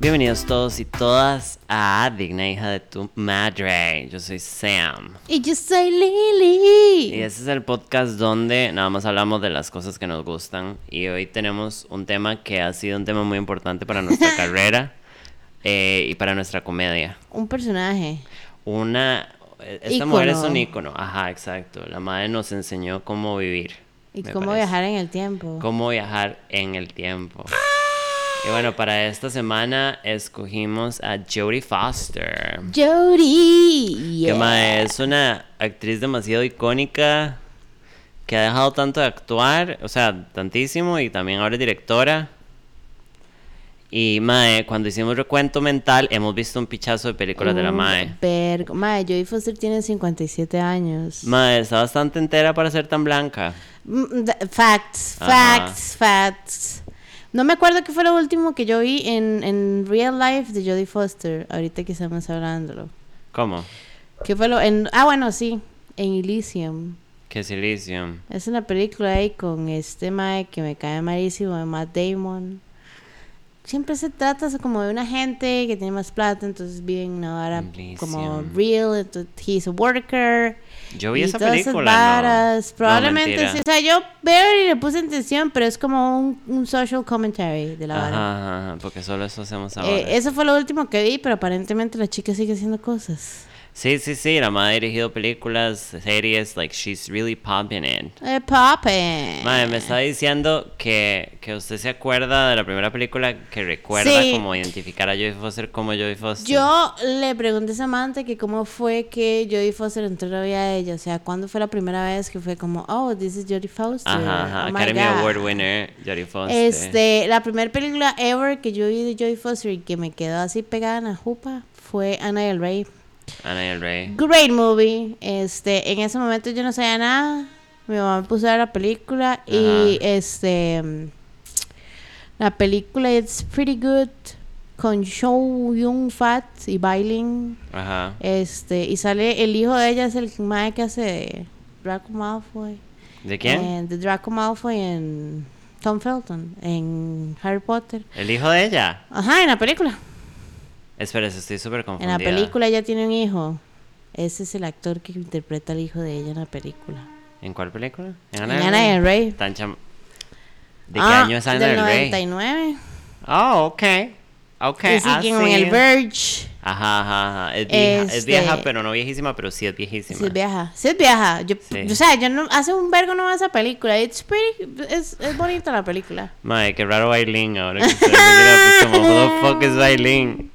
Bienvenidos todos y todas a Digna Hija de tu Madre. Yo soy Sam. Y yo soy Lily. Y este es el podcast donde nada más hablamos de las cosas que nos gustan. Y hoy tenemos un tema que ha sido un tema muy importante para nuestra carrera eh, y para nuestra comedia. Un personaje. Una. Esta mujer es Ícono. un ícono. Ajá, exacto. La madre nos enseñó cómo vivir. Y me cómo parece. viajar en el tiempo. Cómo viajar en el tiempo. Y bueno, para esta semana escogimos a Jodie Foster. Jodie. Que mae, es una actriz demasiado icónica que ha dejado tanto de actuar, o sea, tantísimo, y también ahora es directora. Y Mae, cuando hicimos recuento mental, hemos visto un pichazo de películas de la Mae. Vergo. Mm, Mae, Jodie Foster tiene 57 años. Mae, está bastante entera para ser tan blanca. Mm, da- Facts, Ajá. facts, facts. No me acuerdo qué fue lo último que yo vi en, en Real Life de Jodie Foster. Ahorita que estamos hablándolo. ¿Cómo? ¿Qué fue lo.? En, ah, bueno, sí. En Elysium. Que es Elysium. Es una película ahí con este mae que me cae malísimo, de Matt Damon. Siempre se trata so- como de una gente que tiene más plata, entonces vive en una vara como Elysium. real, entonces he's a worker. Yo vi y esa todas esas película. ¿no? varas. No, Probablemente mentira. sí. O sea, yo veo y le puse atención, pero es como un, un social commentary de la Ajá, vara. ajá, ajá, porque solo eso hacemos ahora. Eh, eso fue lo último que vi, pero aparentemente la chica sigue haciendo cosas. Sí, sí, sí, la madre ha dirigido películas, series, like she's really popping it. Eh, Poppin'. Madre, me está diciendo que, que usted se acuerda de la primera película que recuerda Sí. como identificar a Jodie Foster como Jodie Foster. Yo le pregunté a Samantha que cómo fue que Jodie Foster entró en la vida de ella. O sea, ¿cuándo fue la primera vez que fue como, oh, this is Jodie Foster? Ajá, ajá, oh my Academy God"? Award winner, Jodie Foster. Este, la primera película ever que yo vi de Jodie Foster y que me quedó así pegada en la jupa fue Ana del Rey. Ana del Rey. Great movie. Este, en ese momento yo no sabía nada. Mi mamá me puso a ver la película y este la película es pretty good con Show Young Fat y Bailing. Ajá. Este, y sale el hijo de ella es el mae que hace de Draco Malfoy. ¿De quién? En- de Draco Malfoy en Tom Felton en Harry Potter. ¿El hijo de ella? Ajá, en la película. Espérese, estoy súper En confundida. la película ella tiene un hijo. Ese es el actor que interpreta al hijo de ella en la película. ¿En cuál película? ¿En En Ana del Rey. Tan cham- ¿De qué Ah, año es Ana del, Rey? Del 99. Oh, ok. Ok, Que ah, sigue en el sí. Verge. Ajá, ajá, ajá. Es vieja, es Este- vieja, pero no viejísima, pero sí es viejísima. Sí, es vieja. Sí, es vieja. Yo, Sí. O sea, yo no, hace un vergo no veo esa película. It's pretty, es, es bonita la película. Madre, qué raro Bailín ahora que se me mira, pues como, who the fuck es Bailín?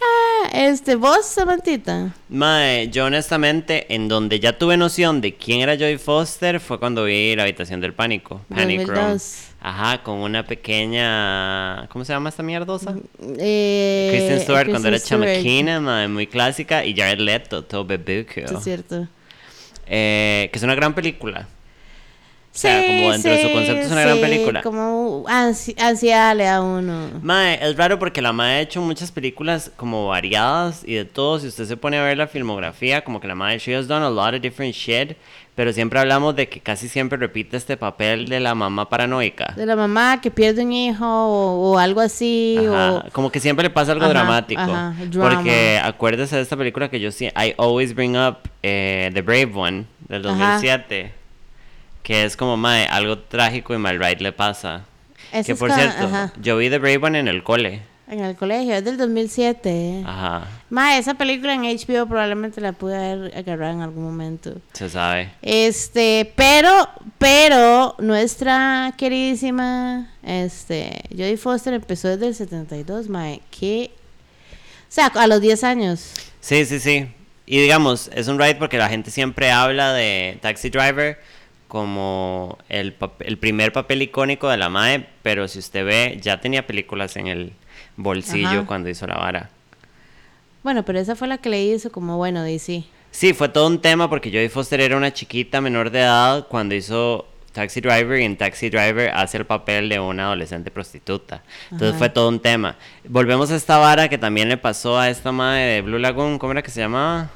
Ah, este, vos, Samantita. Madre, yo honestamente, en donde ya tuve noción de quién era Joy Foster fue cuando vi La Habitación del Pánico, Panic Room. 2002. Ajá, con una pequeña... ¿Cómo se llama esta mierdosa? Mm, Eh, Kristen Stewart cuando era Kristen Stewart. chamaquina, madre, muy clásica. Y Jared Leto, todo bebuco. Sí, es cierto. Eh, que es una gran película. sea, como dentro de su concepto es una gran película. Como ansi- ansiedad le da a uno. Mae, es raro porque la Mae ha hecho muchas películas como variadas y de todo. Si usted se pone a ver la filmografía, como que la Mae, she has done a lot of different shit. Pero siempre hablamos de que casi siempre repite este papel de la mamá paranoica. De la mamá que pierde un hijo o, o algo así. Ajá, O, Como que siempre le pasa algo Ajá, dramático. ajá, drama. Porque acuérdese de esta película que yo sí, I always bring up eh, The Brave One del Ajá. 2007. Que es como, Mae, algo trágico y mal right le pasa. Ese que es por con- cierto, ajá, yo vi The Brave One en el cole. en el colegio, es del 2007. Ajá, Más, esa película en HBO probablemente la pude haber agarrado en algún momento. se sabe. Este, pero, pero, nuestra queridísima, este, Jodie Foster empezó desde el 72, mae, que, o sea, a los 10 años. Sí, sí, sí. Y digamos, es un ride porque la gente siempre habla de Taxi Driver como el, pap- el primer papel icónico de la MAE, pero si usted ve, ya tenía películas en el bolsillo Ajá. cuando hizo la vara. Bueno, pero esa fue la que le hizo como, bueno, DC. Sí, fue todo un tema porque Jodie Foster era una chiquita menor de edad cuando hizo Taxi Driver y en Taxi Driver hace el papel de una adolescente prostituta. Entonces Ajá. fue todo un tema. Volvemos a esta vara que también le pasó a esta madre de Blue Lagoon, ¿cómo era que se llamaba?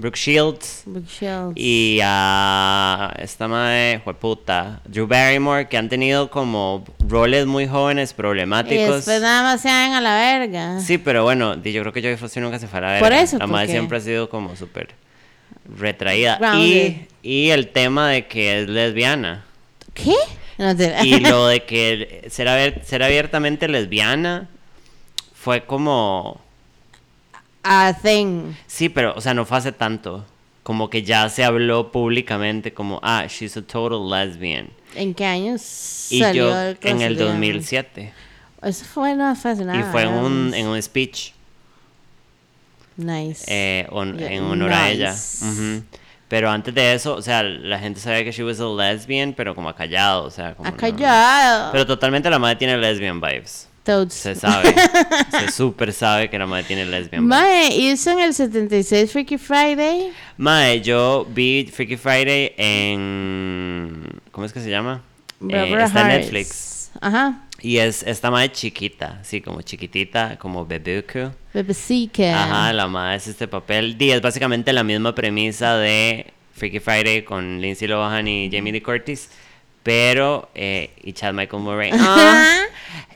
Brooke Shields. Brooke Shields. Y a esta madre, jueputa, Drew Barrymore, que han tenido como roles muy jóvenes Y problemáticos. después ah. nada más se dan a la verga. Sí, pero bueno, di- yo creo que Joy Foster nunca se fue a la Por verga. eso, La madre porque- siempre ha sido como súper retraída. Grounded. Y, y el tema de que es lesbiana. ¿Qué? No te- Y lo de que el- ser, abier- ser abiertamente lesbiana fue como... A thing. Sí, pero, o sea, no fue hace tanto. Como que ya se habló públicamente como, ah, she's a total lesbian. ¿En qué años Y salió yo el en el closet, digamos? 2007. Eso fue no fue hace nada. y fue en un, digamos. en un speech Nice. eh, on- Yo- en honor a ella. nice. Ujú. Pero antes de eso, o sea, la gente sabía que she was a lesbian, pero como acallado, o sea, como ha no- callado. Pero totalmente la madre tiene lesbian vibes. Toads. Se sabe. se súper sabe que la madre tiene lesbian vibes. Mae, hizo en el 76 Freaky Friday. Mae, yo vi Freaky Friday en. ¿Cómo es que se llama? Eh, Barbara está en Harris. Netflix. Ajá. Y es esta madre chiquita, sí, como chiquitita, como bebeku. Bebecica. Ajá, la madre es este papel. Y es básicamente la misma premisa de Freaky Friday con Lindsay Lohan y Jamie Lee Curtis, pero. eh, y Chad Michael Murray. Ah.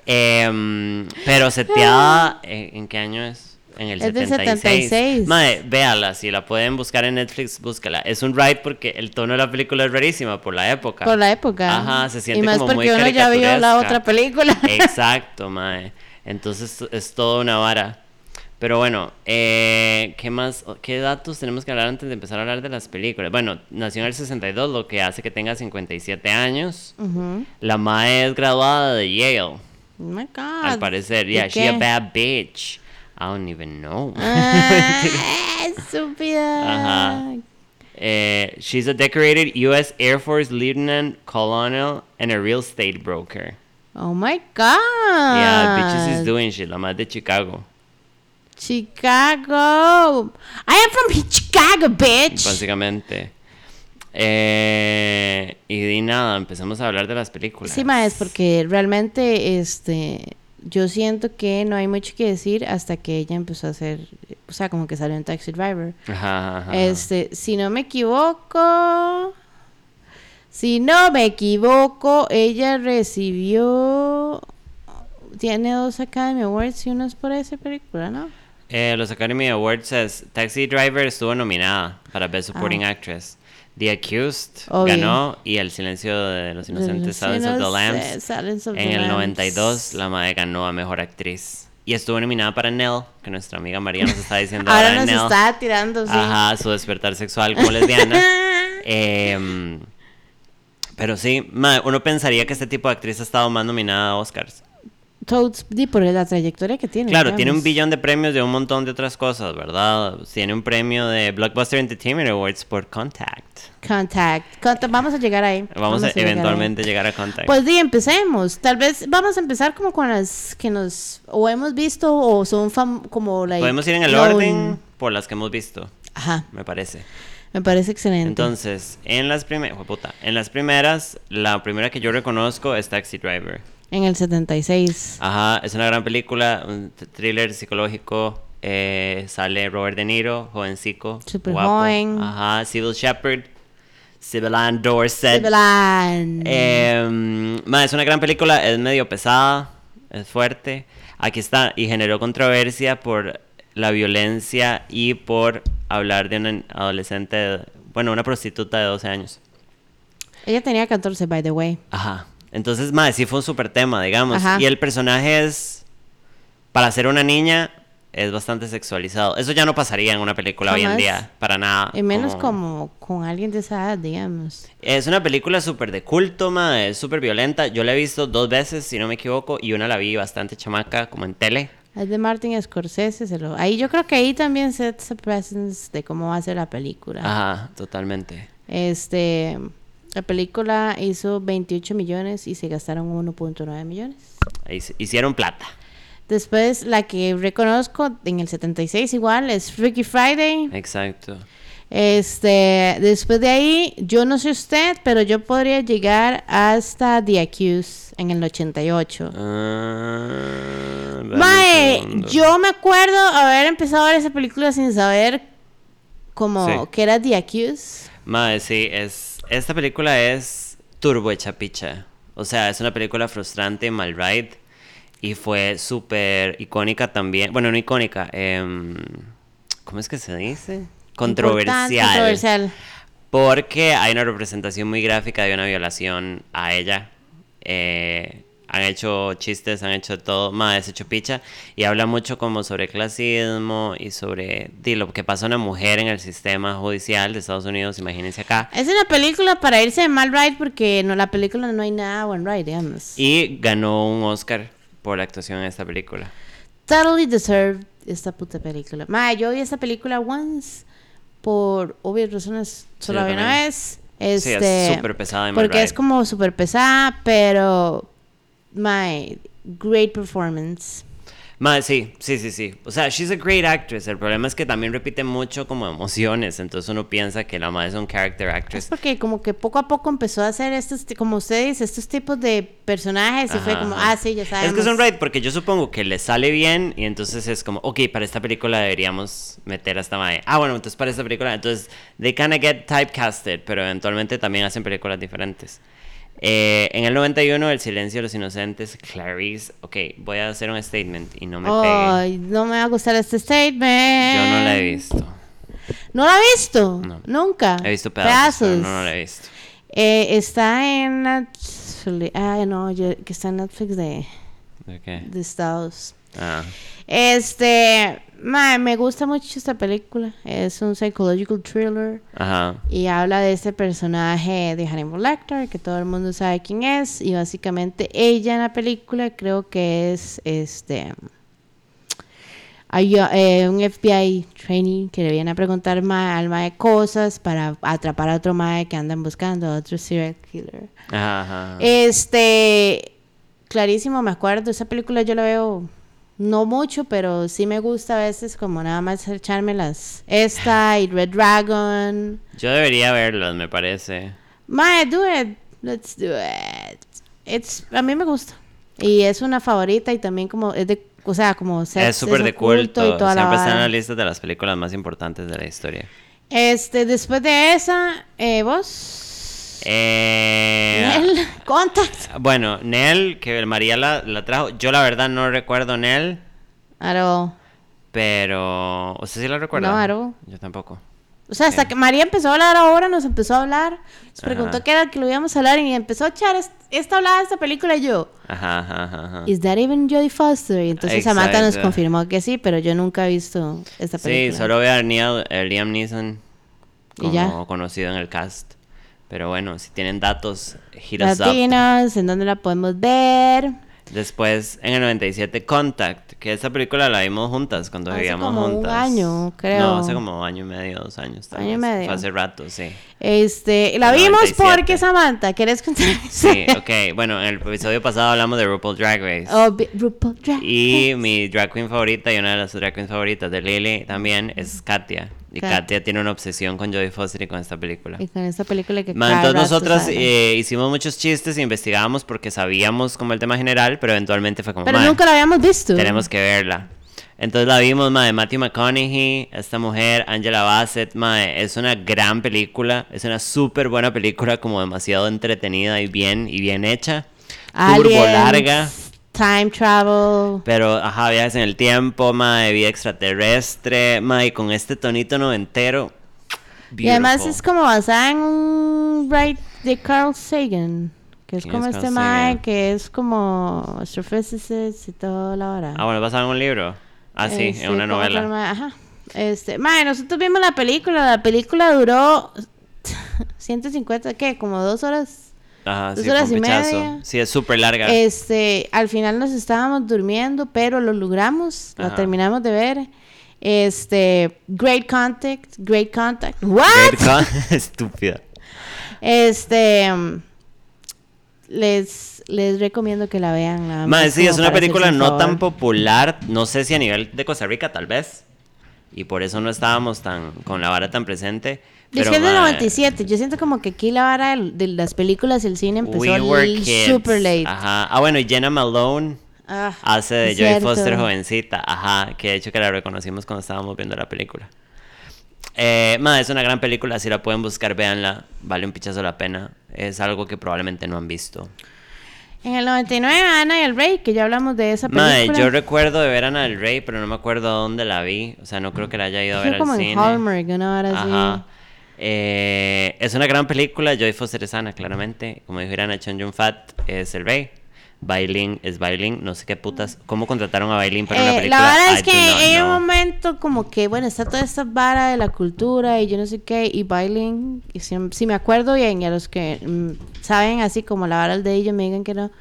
Em, pero seteada. eh, ¿En en qué año es? En el Ah. Es del 76. 76. Mae, véala, si la pueden buscar en Netflix, búscala. Es un ride porque el tono de la película es rarísima por la época. Por la época. Ajá, se siente Y más como muy porque uno ya vio la caricaturesca. otra película. Exacto, mae. Entonces es toda una vara. Pero bueno, eh, ¿qué más? ¿Qué datos tenemos que hablar antes de empezar a hablar de las películas? Bueno, nació en el 62, lo que hace que tenga 57 años. Ujú. La mae es graduada de Yale, Oh my God. al parecer. ¿Y Yeah, she a qué? bad bitch. I don't even know. Ah, estúpida. Ajá. Eh, she's a decorated U.S. Air Force lieutenant colonel and a real estate broker. Oh my God. Yeah, bitches Ah. is doing shit. La madre de Chicago. Chicago. I am from Chicago, Pues bitch. Básicamente. Eh, y di nada, empezamos a hablar de las películas. Sí, ma, es porque realmente este yo siento que no hay mucho que decir hasta que ella empezó a hacer, o sea, como que salió en Taxi Driver. Ajá, ajá, ajá. Este, si no me equivoco, si no me equivoco, ella recibió tiene dos Academy Awards y uno es por esa película, ¿no? Eh, los Academy Awards es Taxi Driver estuvo nominada para Best Supporting Ah. Actress. The Accused Obvio. ganó y El Silencio de los Inocentes, Silence of the Inocentes, Lambs. Silence of the En el Lambs. 92 la madre ganó a Mejor Actriz. Y estuvo nominada para Nell, que nuestra amiga María nos está diciendo ahora, Ahora nos Nell. está tirando, sí. Ajá, su despertar sexual como lesbiana. Em, pero sí, ma, uno pensaría que este tipo de actriz ha estado más nominada a Oscars. Toads, di por la trayectoria que tiene. Claro, tiene un digamos. billón de premios de un montón de otras cosas, ¿verdad? Tiene un premio de Blockbuster Entertainment Awards por Contact. Contact. Contact. Vamos a llegar ahí. Vamos, a llegar ahí. eventualmente llegar a Contact. Pues di, empecemos. Tal vez vamos a empezar como con las que nos o hemos visto o son fam- como la. Podemos ir en el orden por las que hemos visto, Ajá, me parece. me parece excelente. Entonces, en las primeras, en las primeras, la primera que yo reconozco es Taxi Driver. En el 76. Ajá, es una gran película, un t- thriller psicológico. eh, sale Robert De Niro, jovencico. Súper guapo. joven. Ajá, Sybil Shepherd, Sybil Ann Dorset. Blan. Em, ma, es una gran película, es medio pesada, es fuerte. Aquí está, y generó controversia por la violencia y por hablar de una adolescente, de- bueno, una prostituta de 12 años. Ella tenía 14, by the way. Ajá. Entonces, madre, sí fue un súper tema, digamos. Ajá. Y el personaje es, para ser una niña, es bastante sexualizado. Eso ya no pasaría en una película hoy en Jamás. día, para nada. Y menos como con alguien de esa edad, digamos. Es una película súper de culto, madre, es súper violenta. Yo la he visto dos veces, si no me equivoco, y una la vi bastante chamaca, como en tele. Es de Martin Scorsese. Se lo... Ahí yo creo que ahí también sets the presence de cómo va a ser la película. Ajá, totalmente. Este, la película hizo 28 millones y se gastaron 1.9 millones. Hic- Hicieron plata. Después, la que reconozco en el 76 igual es Freaky Friday. Exacto. Este, después de ahí, yo no sé usted, pero yo podría llegar hasta The Accused en el 88. Ah, dame un Mae, segundo. yo me acuerdo haber empezado a ver esa película sin saber como Sí. que era The Accused. Madre, sí, es, esta película es turbo hecha picha. O sea, es una película frustrante, mal ride. Y fue súper icónica también. Bueno, no icónica. em, ¿Cómo es que se dice? Importante, Controversial. Controversial. Porque hay una representación muy gráfica de una violación a ella. Eh, han hecho chistes, han hecho de todo, más hecho picha. Y habla mucho como sobre clasismo y sobre di, lo que pasa a una mujer en el sistema judicial de Estados Unidos, imagínense acá. Es una película para irse de mal ride porque no la película no hay nada buen ride, digamos. Y ganó un Oscar por la actuación en esta película. Totally deserved esta puta película. Ma, yo vi esta película once por obvias razones, solo yo la vi una también. vez. Sí, Este, es súper pesada y mal Porque es ride. como súper pesada, pero. My great performance. Madre, sí, sí, sí, sí. O sea, she's a great actress. El problema es que también repite mucho como emociones. Entonces uno piensa que la madre es un character Es actress. porque como que poco a poco empezó a hacer estos, ti- como usted dice, estos tipos de personajes y fue Ajá, como, ajá. ah, sí, ya sabemos. Es que son right, porque yo supongo que les sale bien y entonces es como, ok, para esta película deberíamos meter a esta madre. Ah, bueno, entonces para esta película, entonces they kinda get typecasted, pero eventualmente también hacen películas diferentes. Eh, en el 91, El silencio de los inocentes, Clarice, ok, voy a hacer un statement y no me pegue. Ay, no me va a gustar este statement. Yo no la he visto. ¿No la he visto? No. Nunca. He visto pedazos, pero no la he visto. Eh, está en Netflix. Ah, no, yo- que está en Netflix de, Ok. de Estados. Ah. Este, mae, me gusta mucho esta película. Es un psychological thriller Ajá. y habla de este personaje de Hannibal Lecter, que todo el mundo sabe quién es y básicamente ella en la película creo que es este hay, eh, un FBI trainee que le viene a preguntar ma- al mae cosas para atrapar a otro mae que andan buscando, a otro serial killer. Ajá, ajá. Eh. Este, clarísimo, me acuerdo, esa película yo la veo no mucho, pero sí me gusta a veces como nada más echarme las esta y Red Dragon. Yo debería verlos, me parece. Mae, do it. Let's do it. It's, a mí me gusta. Y es una favorita y también como es de, o sea, como sex, es súper de oculto culto. Siempre la está en vara. la lista de las películas más importantes de la historia. Este, después de esa, eh, vos Eh, Nel, Contact. Bueno, Nell, que María la, la trajo. Yo la verdad no recuerdo Nell, Aro. pero... ¿Usted sí la recuerda? No, Aro. Yo tampoco. O sea, hasta que María empezó a hablar ahora, nos empezó a hablar, nos preguntó Ajá. qué era lo que lo íbamos a hablar y empezó a echar es- esta hablada de esta película y yo. Ajá, ajá, ajá. ajá. ¿Is that even Jodie Foster? Y entonces Samantha nos Ah. Exacto. confirmó que sí, pero yo nunca he visto esta Sí, película. solo veo a Neil- eh, Liam Neeson Y ya. como conocido en el cast. Pero bueno, si tienen datos, hit us up. Latinos, en dónde la podemos ver. Después, en el 97, Contact, que esa película la vimos juntas cuando Hace vivíamos como un juntas. año, creo. No, hace como año y medio, dos años. tal Año y vez. medio. Fue hace rato, sí. Este, la El vimos 97. porque Samantha, ¿querés contar? Sí, ok. Bueno, en el episodio pasado hablamos de RuPaul Drag Race. Obvi- RuPaul Drag Y Race. mi drag queen favorita y una de las drag queens favoritas de Lily también es Katia. Y Katia. Katia, tiene una obsesión con Jodie Foster y con esta película. Y con esta película que Ma, cada entonces rato nosotras sale. eh, hicimos muchos chistes e investigábamos porque sabíamos como el tema general, pero eventualmente fue como... Pero "Ma, nunca la habíamos visto. Tenemos que verla. Entonces la vimos, mae, Matthew McConaughey, esta mujer, Angela Bassett, mae, es una gran película, es una súper buena película, como demasiado entretenida y bien, y bien hecha. Turbo Aliens, larga, Time travel. pero ajá, viajes en el tiempo, mae, vida extraterrestre, mae, con este tonito noventero. Y además Beautiful. es como basada en un write de Carl Sagan. Que es ¿Quién como es este Carl mae Sagan? que es como astrophysicist y toda la hora. Ah, bueno, basado en un libro. Ah, sí, Este, en una ¿cómo se novela. llama? Ajá. Este, mae, nosotros vimos la película, la película duró 150, ¿qué? Como dos horas. Ajá, sí, dos fue horas un y pichazo. media. Sí, es súper larga. Este, al final nos estábamos durmiendo, pero lo logramos, la Ajá. terminamos de ver. Este, Great Contact, Great Contact. What? Verga, Estúpida. Este, mm, les, les recomiendo que la vean. nada Mae, más sí, es como una para película hacerse un no favor. tan popular, no sé si a nivel de Costa Rica tal vez, y por eso no estábamos tan con la vara tan presente. Es Pero, que es del mae, 97, yo siento como que aquí la vara del- de, las películas y el cine empezó We were kids. super late. Ajá. Ah, bueno, y Jenna Malone Ah, hace de es Joy cierto. Foster jovencita, ajá, que de hecho que la reconocimos cuando estábamos viendo la película. Eh, ma, es una gran película, si la pueden buscar, véanla. Vale un pichazo la pena. Es algo que probablemente no han visto. En el 99, Ana y el Rey, que ya hablamos de esa película. Mae, yo recuerdo de ver Ana del Rey, pero no me acuerdo dónde la vi. O sea, no creo que la haya ido a Fue ver como al en cine. Hallmark, una hora Ajá. así. Eh, es una gran película. Joy Foster es Ana, claramente. Como dijo Irana, Chon Yun Fat es el rey. Bailin es Bailin. No sé qué putas. ¿Cómo contrataron a Bailin para una Eh, película? la verdad es I que do not en un know. momento como que, bueno, está toda esta vara de la cultura y yo no sé qué, y bailing, y si, si me acuerdo bien, y a los que mm, saben así como la vara al dedillo me digan que no,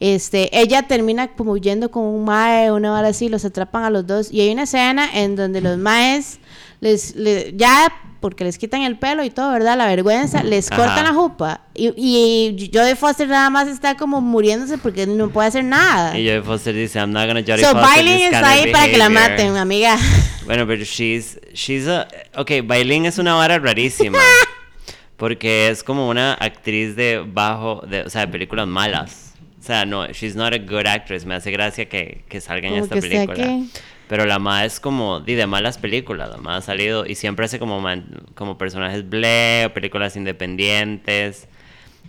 este, ella termina como huyendo con un mae, una vara así, los atrapan a los dos, y hay una escena en donde los maes, les, le- ya porque les quitan el pelo y todo, ¿verdad? La vergüenza, les Ajá. cortan la jupa, y, y Jodie Foster nada más está como muriéndose porque no puede hacer nada. Y Joy Foster dice, I'm not gonna Jodie So, Foster Bailey this kind está of ahí para que la behavior". maten, amiga. Bueno, pero she's, she's a, ok, Bailin es una vara rarísima. porque es como una actriz de bajo, de, o sea, de películas malas. O sea, no, she's not a good actress. Me hace gracia que, que salga en Como esta que sea película. que- Pero la ma es como, di, de malas películas. La ma ha salido y siempre hace como, man- como personajes ble o películas independientes.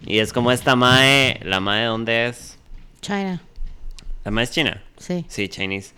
Y es como esta mae, la mae, ¿dónde es? China, La mae es china. sí. Sí, Chinese.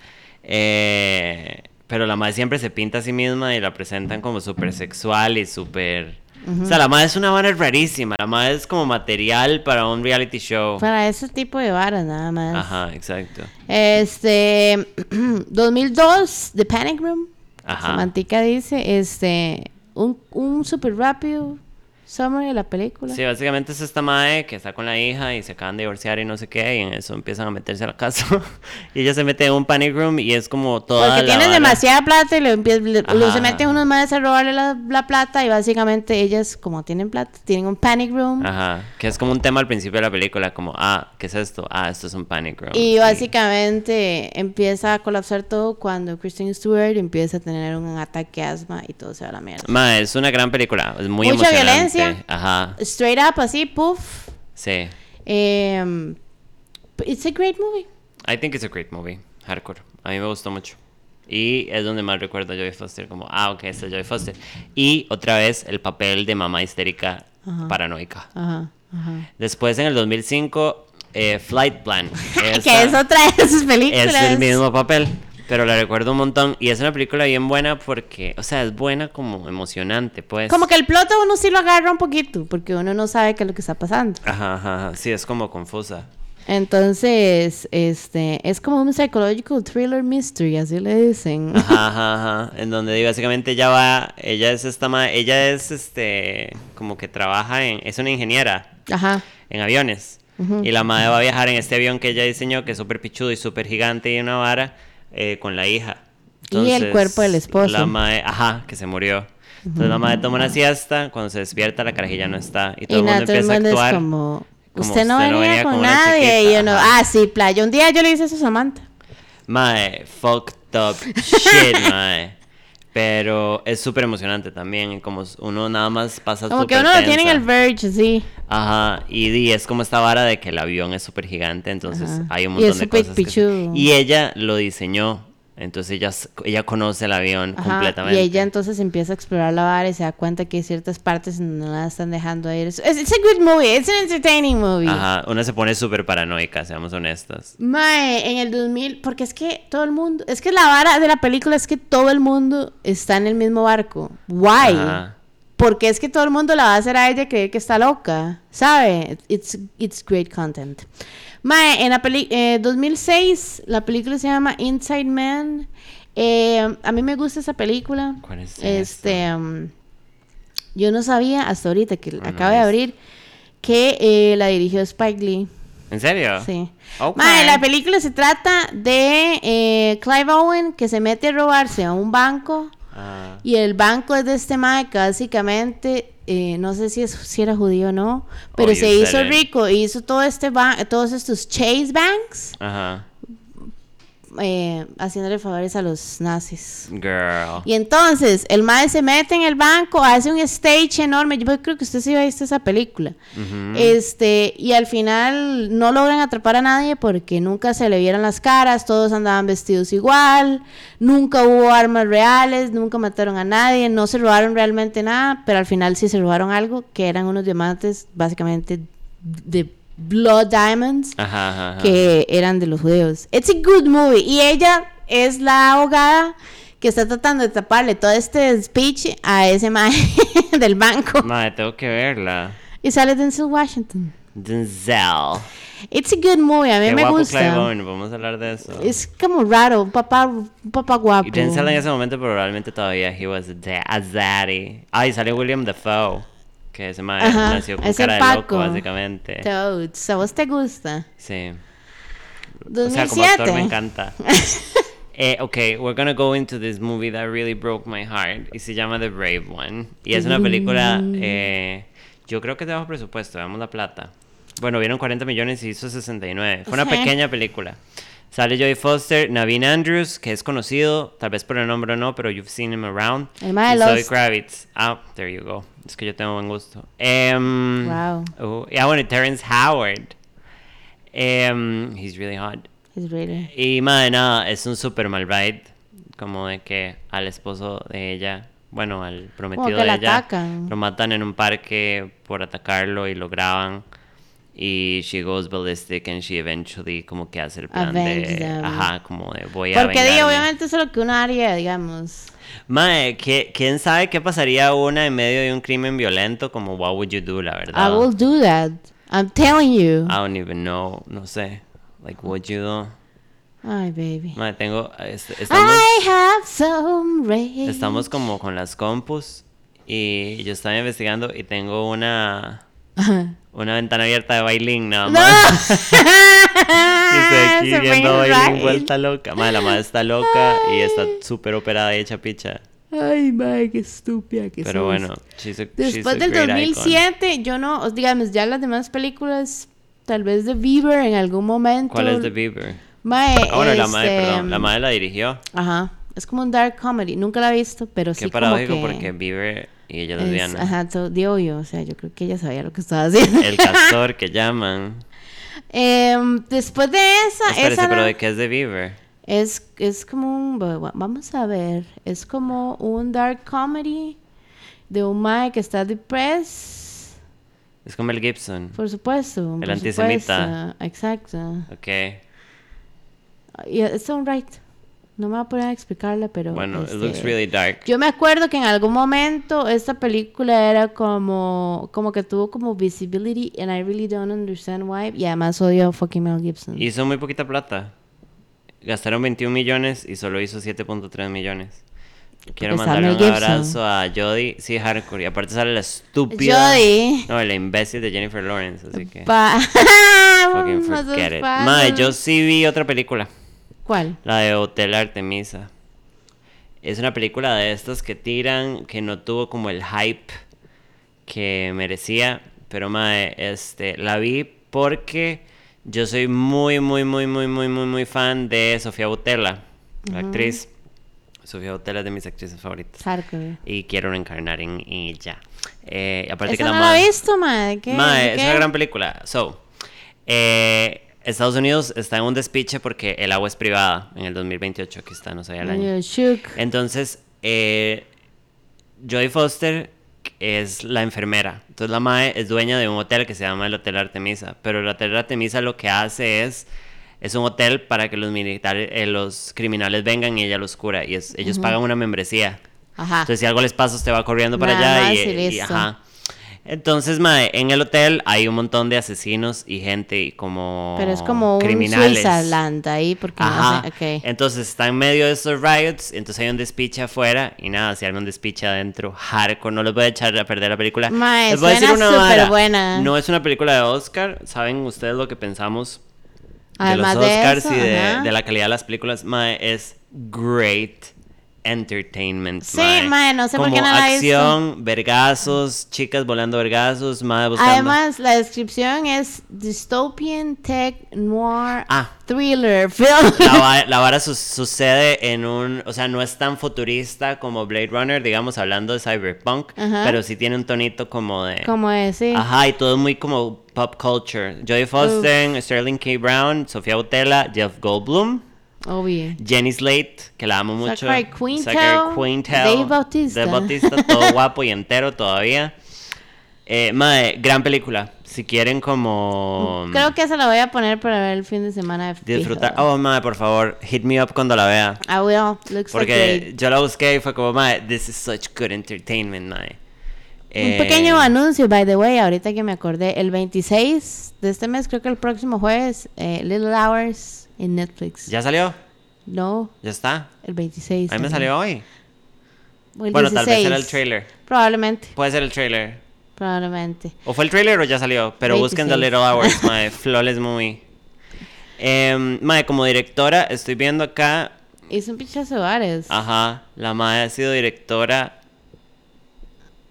Eh, pero la madre siempre se pinta a sí misma y la presentan como súper sexual y súper... O sea, la madre es una vara rarísima. La madre es como material para un reality show. Para ese tipo de varas nada más. Oh. Ajá, exacto. Este, 2002, The Panic Room. Ajá. Samantica dice, este, un, un super rápido summary de la película. Sí, básicamente es esta madre que está con la hija y se acaban de divorciar y no sé qué, y en eso empiezan a meterse a la casa. y ella se mete en un panic room y es como toda Porque la tienes vara. demasiada plata y le, empie- le- Ajá, lo- ajá. se meten unos madres a robarle la, la plata y básicamente ellas, como tienen plata, tienen un panic room. Ajá, que es como un tema al principio de la película, como, ah, ¿qué es esto? Ah, esto es un panic room. Y básicamente empieza a colapsar todo cuando Kristen Stewart empieza a tener un ataque de asma y todo se va a la mierda. Ma, es una gran película, es muy Mucha emocionante. violencia. Ajá, Straight up, así, puff. sí. Em, it's a great movie. I think it's a great movie, hardcore. A mí me gustó mucho. Y es donde más recuerdo a Joy Foster, como, ah, ok, esta es Joy Foster. Y otra vez el papel de mamá histérica Ajá. paranoica. Ajá, ajá. Después, en el 2005, eh, Flight Plan. que Esa- es otra de sus películas. es el mismo papel, pero la recuerdo un montón. Y es una película bien buena porque, o sea, es buena como emocionante, pues. Como que el plot a uno sí lo agarra un poquito, porque uno no sabe qué es lo que está pasando. Ajá, ajá, ajá. sí, es como confusa. Entonces, este, es como un psychological thriller mystery, así le dicen. Ajá, ajá, ajá. En donde di, básicamente ella va, ella es esta ma- ella es este, como que trabaja en, es una ingeniera Ajá. en aviones. Y la madre va a viajar en este avión que ella diseñó, que es súper pichudo y súper gigante y una vara, eh, con la hija. Y el cuerpo del esposo. La madre, ajá, que se murió. Entonces la madre toma una siesta, cuando se despierta la carajilla no está. Y todo Y el nada, mundo todo el empieza mundo a es actuar. como, como, usted no venía, con una nadie. chiquita, Y uno, ajá. ah, sí, playa. Un día yo le hice eso a Samantha. Mae, fucked up shit, mae. Pero es súper emocionante también, y como uno nada más pasa Como que súper uno lo tiene en tensa. el verge, sí. Ajá, y, di, es como esta vara de que el avión es súper gigante, entonces Ajá. hay un Y es montón de súper cosas. que- pichudo. Y ella lo diseñó, entonces ella, s- ella conoce el avión Ajá, completamente. Y ella entonces empieza a explorar la vara y se da cuenta que hay ciertas partes en donde no la están dejando ir. Es it's a good movie, it's an entertaining movie. Ajá, una se pone súper paranoica, seamos honestas. Mae, en el 2000, porque es que todo el mundo, es que la vara de la película es que todo el mundo está en el mismo barco. Why? Ajá. Porque es que todo el mundo la va a hacer a ella creer que está loca, ¿sabe? It's, it's great content. Mae, en la peli eh, 2006, la película se llama Inside Man. Eh, a mí me gusta esa película. ¿Cuál es Este, mm, yo no sabía hasta ahorita que Ah, no acaba de es. abrir que eh, la dirigió Spike Lee. ¿En serio? Sí. Ah. Ok. Mae, la película se trata de eh, Clive Owen que se mete a robarse a un banco. Ah, Y el banco es de este mae que básicamente, eh, no sé si, es, si era judío o no, pero Oh, se you hizo said it. rico y hizo todo este ba- todos estos Chase Banks ajá. eh, haciéndole favores a los nazis. Girl. Y entonces el mae se mete en el banco, hace un stage enorme. Yo creo que usted sí ha visto esa película. Ujú. Este, y al final no logran atrapar a nadie porque nunca se le vieron las caras, todos andaban vestidos igual, nunca hubo armas reales, nunca mataron a nadie, no se robaron realmente nada, pero al final sí se robaron algo, que eran unos diamantes básicamente de Blood Diamonds, Ajá, ajá, ajá. que eran de los judíos. It's a good movie. Y ella es la abogada que está tratando de taparle todo este speech a ese mae del banco. Madre, tengo que verla. Y sale Denzel Washington. Denzel. It's a good movie, a mí Qué me guapo Clive gusta. Owen, vamos a hablar de eso. Es como raro, un papá, un papá guapo. Y Denzel en ese momento probablemente todavía he was a, da- a daddy. Ay, salió William Dafoe. Que ese mae Ajá, nació con ese cara de Paco. loco, básicamente. Toads, ¿a vos te gusta? Sí. O sea, como actor me 2007. encanta. Eh, ok, we're gonna go into this movie that really broke my heart. Y se llama The Brave One. Y es una película, Mm. eh, yo creo que de bajo presupuesto, veamos la plata. Bueno, vieron 40 millones y hizo 69. Fue una Ok. pequeña película. Sale Jodie Foster, Naveen Andrews, que es conocido, tal vez por el nombre o no, pero you've seen him around. El mae de Y Zoe Lost. Kravitz. Ah, there you go. Es que yo tengo buen gusto. Em, Wow. oh, y, ah, bueno, y Terrence Howard. Em, he's really hot. It's really- Y madre, nada, es un super mal ride. Como de que al esposo de ella, bueno, al prometido que de la ella, atacan. lo matan en un parque por atacarlo y lo graban. Y she goes ballistic and she eventually como que hace el plan Avenge de... them. Ajá, como de voy a Porque di, vengarme. obviamente eso es lo que uno haría, digamos. Mae, ¿qué- ¿quién sabe qué pasaría una en medio de un crimen violento? Como what would you do, la I verdad. will do that. I'm telling you. I don't even know, no sé. Like, what you do? Ay, baby. Mae, tengo... es- Estamos... I have some rage. Estamos como con las compus y yo estaba investigando y tengo una, Ajá. una ventana abierta de Bailín nada ¡No! más. Y estoy Se aquí fue viendo en Bailín rage. vuelta loca. Madre, la madre está loca y está súper operada y hecha picha. Ay, madre, qué estúpida que Pero sos. bueno, she's a- she's Después a del great icon. 2007, yo no, os- digamos, ya las demás películas, tal vez de Bieber en algún momento. ¿Cuál es The Bieber? Mae, Ah, bueno, la madre, este, perdón. La madre la dirigió. Ajá, es como un dark comedy, nunca la he visto, pero Qué sí como que... paradójico porque Bieber y ella es es- lesbiana. Ajá, todo, de obvio, o sea, yo creo que ella sabía lo que estaba haciendo. El castor que llaman. Em, después de esa, Espérese, esa pero no- ¿de qué es de Bieber? es, es como un, va- va- vamos a ver, es como un dark comedy de un mae que está depressed, Es como el Gibson. por supuesto. por antisemita. supuesto, Exacto. Ok. Y it's alright. No me voy a poner a explicarla, pero. Bueno, it este, looks really dark. Yo me acuerdo que en algún momento esta película era como. Como que tuvo como visibility, and I really don't understand why. Y además odio a fucking Mel Gibson. Hizo muy poquita plata. Gastaron 21 millones y solo hizo 7.3 millones. Quiero Porque está mandarle un Mel Gibson. abrazo a Jodie. Sí, hardcore. Y aparte sale la estúpida. Jodie. No, la imbécil de Jennifer Lawrence. Así que. Pa- Fucking No seas forget it. fan. Madre, yo sí vi otra película. ¿Cuál? La de Hotel Artemisa. Es una película de estas que tiran, que no tuvo como el hype que merecía. Pero mae, este, la vi porque yo soy muy, muy, muy, muy, muy, muy, muy fan de Sofía Butela, la actriz. Sofía Butela es de mis actrices favoritas. Sarko. Y quiero reencarnar en ella. Eh, aparte que Esa la no la mae- he visto, madre. ¿Qué? Mae, ¿De es qué? una gran película. So, eh, Estados Unidos está en un despiche porque el agua es privada en el 2028, que está, no sé, el año. Yo, shook. Entonces, eh, Jodie Foster es la enfermera. Entonces, la Mae es dueña de un hotel que se llama el Hotel Artemisa. Pero el Hotel Artemisa lo que hace es. Es un hotel para que los militares, eh, los criminales vengan y ella los cura. Y es- ellos pagan una membresía. Ajá. Entonces, si algo les pasa, usted va corriendo para Ah. Nada allá y, más y y- listo. ajá. Entonces, mae, en el hotel hay un montón de asesinos y gente y como Pero es como un criminales. Suiza Land ahí, porque Ajá. no sé. Ok. Entonces está en medio de esos riots, entonces hay un despiche afuera y nada, se arma un despiche adentro. Hardcore, no les voy a echar a perder la película. Mae, les voy a decir suena una vara, superbuena. No es una película de Oscar, saben ustedes lo que pensamos de Además los de Oscars eso, y de, ajá. de la calidad de las películas. Mae, es great entertainment. Sí, mae, no sé por Como qué no la he visto. acción, vergazos, chicas volando vergazos, mae buscando. Además, la descripción es dystopian tech noir Ah. thriller film. La vara, la vara su- sucede en un. O sea, no es tan futurista como Blade Runner, digamos, hablando de cyberpunk, Ajá. pero sí tiene un tonito como de. Como decir. Ajá, y todo es muy como pop culture. Jodie Foster, Sterling K. Brown, Sofía Butela, Jeff Goldblum, Obvio. Jenny Slate, que la amo mucho. Zachary Quinto, Zachary Quinto, Dave Bautista. Dave Bautista, todo guapo y entero todavía. Eh, madre, gran película. Si quieren como Mm, Creo que se la voy a poner para ver el fin de semana. de fijo. disfrutar. Oh, madre, por favor, hit me up cuando la vea. I will. Looks like Porque great. yo la busqué y fue como, madre, this is such good entertainment, madre. eh, Un pequeño anuncio, by the way, ahorita que me acordé, el 26 de este mes, creo que el próximo jueves, eh, Little Hours en Netflix. ¿Ya salió? No, ¿Ya está? el 26. A mí me también. salió hoy. O el Bueno, tal vez era 16. el trailer. Probablemente, Puede ser el trailer. probablemente. O fue el trailer o ya salió, pero busquen The 26. Little Hours, mae, flawless movie. Em, mae, como directora, estoy viendo acá, Hizo un pinchazo de bares. ajá, la mae ha sido directora,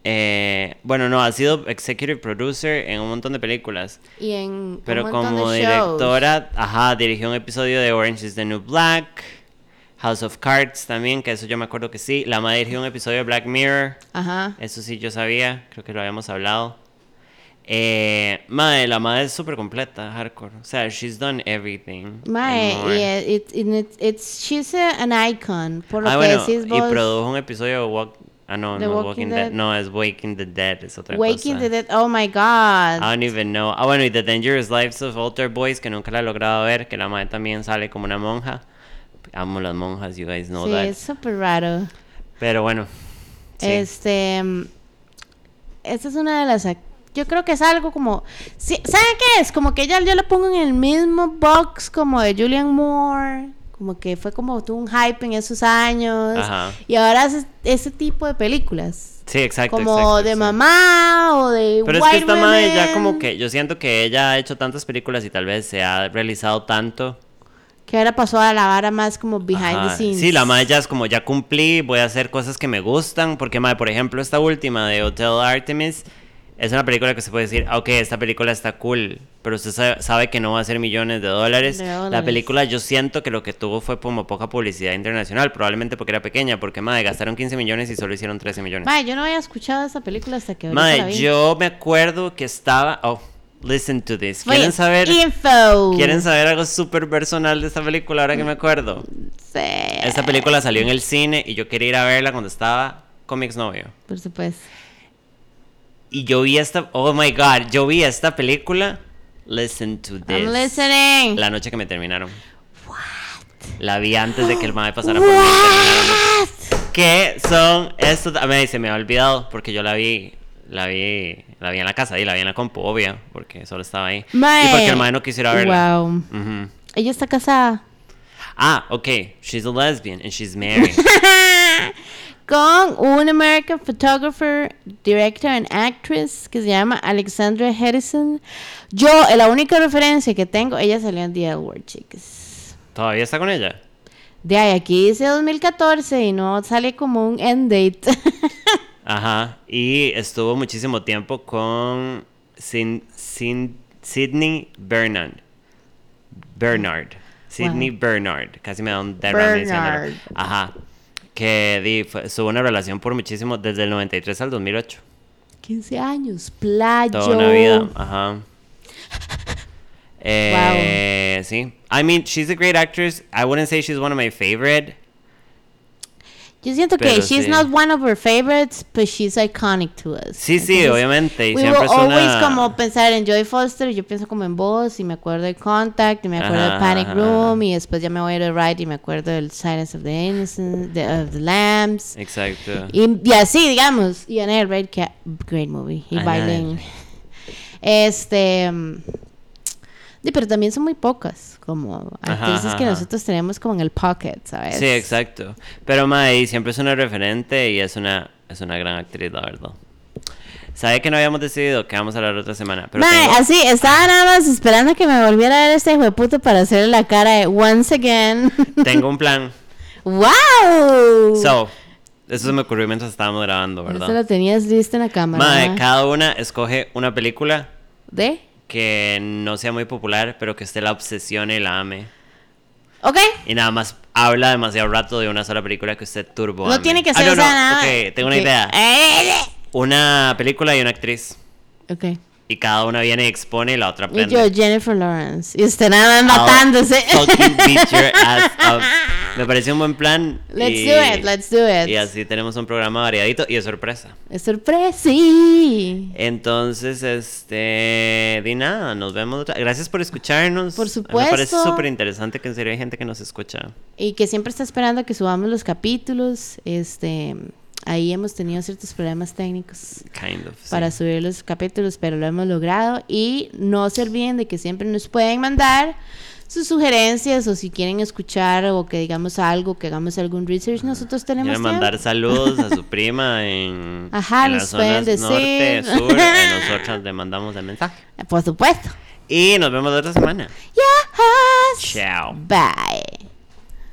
eh, bueno, no, ha sido executive producer en un montón de películas, Y en pero un montón como de shows. directora, ajá, dirigió un episodio de Orange is the New Black, House of Cards también, que eso yo me acuerdo que sí, la mae dirigió un episodio de Black Mirror. Ajá. Eso sí, yo sabía, creo que lo habíamos hablado. Eh, madre, la madre es súper completa, hardcore. O sea, she's done everything. and Mae, more. y eh, it- and it's- it's- she's a- an icon, por lo ah, que bueno, decís y vos. produjo un episodio de Walk... Ah, no, The no es Walking Walking Dead. Dead. No, es Waking the Dead, es otra Waking cosa. the Dead, oh my god. I don't even know. Ah, bueno, y The Dangerous Lives of Alter Boys, que nunca la he logrado ver, que la madre también sale como una monja. Amo las monjas, you guys know sí, that. es súper raro. Pero bueno. sí. Este. mm, Esta es una de las. ac- Yo creo que es algo como. sí, ¿Saben qué es? Como que ya yo lo pongo en el mismo box como de Julian Moore. Como que fue como tuvo un hype en esos años. Ajá. Y ahora hace ese tipo de películas. Sí, exacto. como exacto, de exacto. mamá o de. Pero es que White esta madre ya Women, como que yo siento que ella ha hecho tantas películas y tal vez se ha realizado tanto. Que ahora pasó a la vara más como behind Ajá. the scenes. Sí, la madre ya es como ya cumplí, voy a hacer cosas que me gustan, porque madre, por ejemplo, esta última de Hotel Artemis es una película que se puede decir, "Ah, ok, esta película está cool, pero usted sa- sabe que no va a ser millones de dólares. De La dólares. película yo siento que lo que tuvo fue como poca publicidad internacional, probablemente porque era pequeña, porque madre, gastaron 15 millones y solo hicieron 13 millones. Mae, yo no había escuchado esa película hasta que ahorita la Madre, vi. yo me acuerdo que estaba. Oh, listen to this. Oye, ¿Quieren saber? Info. ¿Quieren saber algo súper personal de esta película ahora que me acuerdo? Sí. Esta película salió en el cine y yo quería ir a verla cuando estaba con mi exnovio. Por supuesto. Y yo vi esta. Oh my god, yo vi esta película. Listen to this. I'm listening. La noche que me terminaron. La vi antes de que el mae pasara por mí. What? ¿Qué son estos? A mí se me ha olvidado porque yo la vi, la vi, la vi en la casa y la vi en la compu, obvio, porque solo estaba ahí. Y porque el mae no quisiera verla. Wow. Ujú. Ella está casada Ah, ok. She's a lesbian and she's married. con un American photographer, director and actress que se llama Alexandra Harrison. Yo, eh, la única referencia que tengo, ella salió en The L Word, chicas. ¿Todavía está con ella? De ahí aquí dice 2014 y no sale como un end date. Ajá. Y estuvo muchísimo tiempo con Sin, Sin- Sidney Bernard. Bernard. Sidney Bernard. Casi me da un derrame diciéndolo. Bernard. Ajá. Que di, fue- estuvo en una relación por muchísimo, desde el 93 al 2008. 15 años, playo. Toda una vida, ajá. Eh, Sí. I mean, she's a great actress. I wouldn't say she's one of my favorite. Yo siento que Pero she's sí. not one of our favorites, but she's iconic to us. Sí, sí, Entonces, obviamente. Y We siempre will es una... always como pensar en Joy Foster, yo pienso como en vos, y me acuerdo de Contact, y me acuerdo Ajá, de Panic ajá, Room, ajá. y después ya me voy a ir a Ride, y me acuerdo del Silence of the Innocents, the, of the Lambs, Exacto. y, y así, digamos, y en el Red Cat, great movie, y Biden. Annihilate. Este... mm, sí, pero también son muy pocas, como Ajá, actrices ajá, que ajá. nosotros tenemos como en el pocket, ¿sabes? Sí, exacto. Pero Mae siempre es una referente y es una, es una gran actriz, la verdad. Sabe que no habíamos decidido que vamos a hablar otra semana. Pero Mae, tengo- así, estaba nada más esperando que me volviera a ver este hijo de puto para hacerle la cara de once again. tengo un plan. ¡Wow! So, eso se me ocurrió mientras estábamos grabando, ¿verdad? Esta la tenías lista en la cámara. Mae, ¿verdad? cada una escoge una película ¿De? que no sea muy popular, pero que usted la obsesione y la ame. Ok. Y nada más habla demasiado rato de una sola película que usted turbo. No ame. tiene que Ah, ser no, esa no, nada. Eh, ok, tengo una Ok. idea. Una película y una actriz. Ok. Y cada una viene y expone y la otra Y aprende. yo, Jennifer Lawrence. Y usted nada más I'll matándose. fucking beat your ass up. Me parece un buen plan. Let's y- do it, let's do it. Y así tenemos un programa variadito y de sorpresa. Es sorpresa. sí. Entonces, este. Di nada, nos vemos otra. Gracias por escucharnos. Por Me parece supuesto. súper interesante que en serio hay gente que nos escucha. Y que siempre está esperando que subamos los capítulos. Este, ahí hemos tenido ciertos problemas técnicos Kind of. sí. para subir los capítulos, pero lo hemos logrado. Y no se olviden de que siempre nos pueden mandar sus sugerencias o si quieren escuchar o que digamos algo, que hagamos algún research. Nosotros tenemos Quieren mandar tiempo. saludos a su prima en, Ajá, en les las pueden zonas norte, decir. sur. A nosotras le mandamos el mensaje. Por supuesto. Y nos vemos la otra semana. Yes. Chao. Bye.